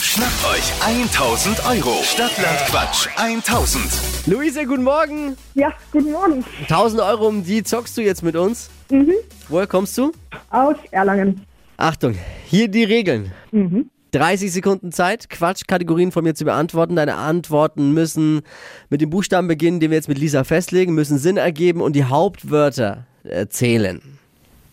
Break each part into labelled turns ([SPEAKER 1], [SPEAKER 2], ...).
[SPEAKER 1] Schnappt euch 1000 Euro. Stadtland Quatsch 1000.
[SPEAKER 2] Luise, guten Morgen.
[SPEAKER 3] Ja, guten Morgen.
[SPEAKER 2] 1000 Euro, um die zockst du jetzt mit uns.
[SPEAKER 3] Mhm.
[SPEAKER 2] Woher kommst du?
[SPEAKER 3] Aus Erlangen.
[SPEAKER 2] Achtung, hier die Regeln. 30 Sekunden Zeit, Quatschkategorien von mir zu beantworten. Deine Antworten müssen mit dem Buchstaben beginnen, den wir jetzt mit Lisa festlegen, müssen Sinn ergeben und die Hauptwörter äh, zählen.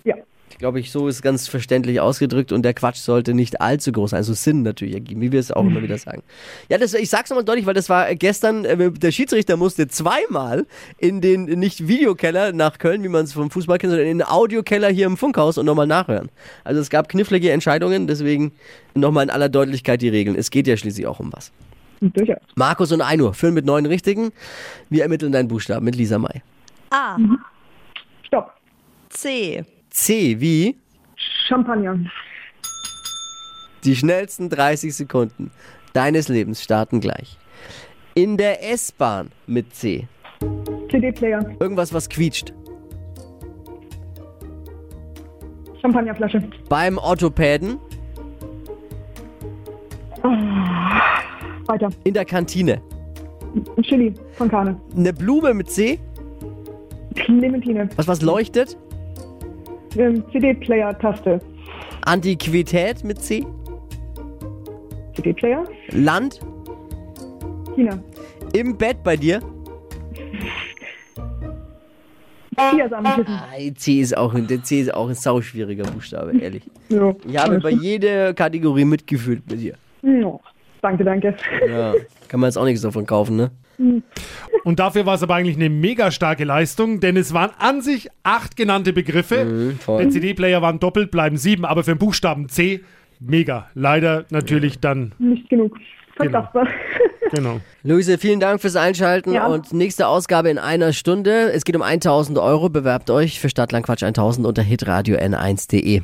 [SPEAKER 3] Ja.
[SPEAKER 2] Glaube ich, so ist ganz verständlich ausgedrückt und der Quatsch sollte nicht allzu groß sein. Also Sinn natürlich ergeben, wie wir es auch immer wieder sagen. Ja, das, ich sag's nochmal deutlich, weil das war gestern, äh, der Schiedsrichter musste zweimal in den nicht Videokeller nach Köln, wie man es vom Fußball kennt, sondern in den Audiokeller hier im Funkhaus und nochmal nachhören. Also es gab knifflige Entscheidungen, deswegen nochmal in aller Deutlichkeit die Regeln. Es geht ja schließlich auch um was.
[SPEAKER 3] Durchaus.
[SPEAKER 2] Markus und Einur führen mit neun Richtigen. Wir ermitteln deinen Buchstaben mit Lisa May.
[SPEAKER 4] A.
[SPEAKER 3] Stopp.
[SPEAKER 4] C.
[SPEAKER 2] C wie
[SPEAKER 3] Champagner.
[SPEAKER 2] Die schnellsten 30 Sekunden deines Lebens starten gleich. In der S-Bahn mit C.
[SPEAKER 3] CD-Player.
[SPEAKER 2] Irgendwas, was quietscht.
[SPEAKER 3] Champagnerflasche.
[SPEAKER 2] Beim Orthopäden.
[SPEAKER 3] Weiter.
[SPEAKER 2] In der Kantine.
[SPEAKER 3] Chili. Fontane.
[SPEAKER 2] Eine Blume mit C.
[SPEAKER 3] Clementine.
[SPEAKER 2] Was, was leuchtet.
[SPEAKER 3] Ähm, CD-Player-Taste.
[SPEAKER 2] Antiquität mit C.
[SPEAKER 3] CD-Player.
[SPEAKER 2] Land.
[SPEAKER 3] China.
[SPEAKER 2] Im Bett bei dir.
[SPEAKER 3] Chiasamen.
[SPEAKER 2] Ah, C ist auch, der C ist auch ein sauschwieriger Buchstabe, ehrlich.
[SPEAKER 3] So.
[SPEAKER 2] Ich habe bei jeder Kategorie mitgefühlt bei dir.
[SPEAKER 3] Ja. Danke, danke.
[SPEAKER 2] Ja, kann man jetzt auch nichts davon kaufen, ne?
[SPEAKER 5] Und dafür war es aber eigentlich eine mega starke Leistung, denn es waren an sich acht genannte Begriffe.
[SPEAKER 2] voll.
[SPEAKER 5] Der CD-Player waren doppelt, bleiben sieben, aber für den Buchstaben C mega. Leider natürlich dann,
[SPEAKER 3] Nicht genug. Verkraftbar.
[SPEAKER 5] genau.
[SPEAKER 2] Luise, vielen Dank fürs Einschalten
[SPEAKER 3] Ja.
[SPEAKER 2] und nächste Ausgabe in einer Stunde. Es geht um 1000 Euro. Bewerbt euch für Stadtlandquatsch 1000 unter hitradio n1.de.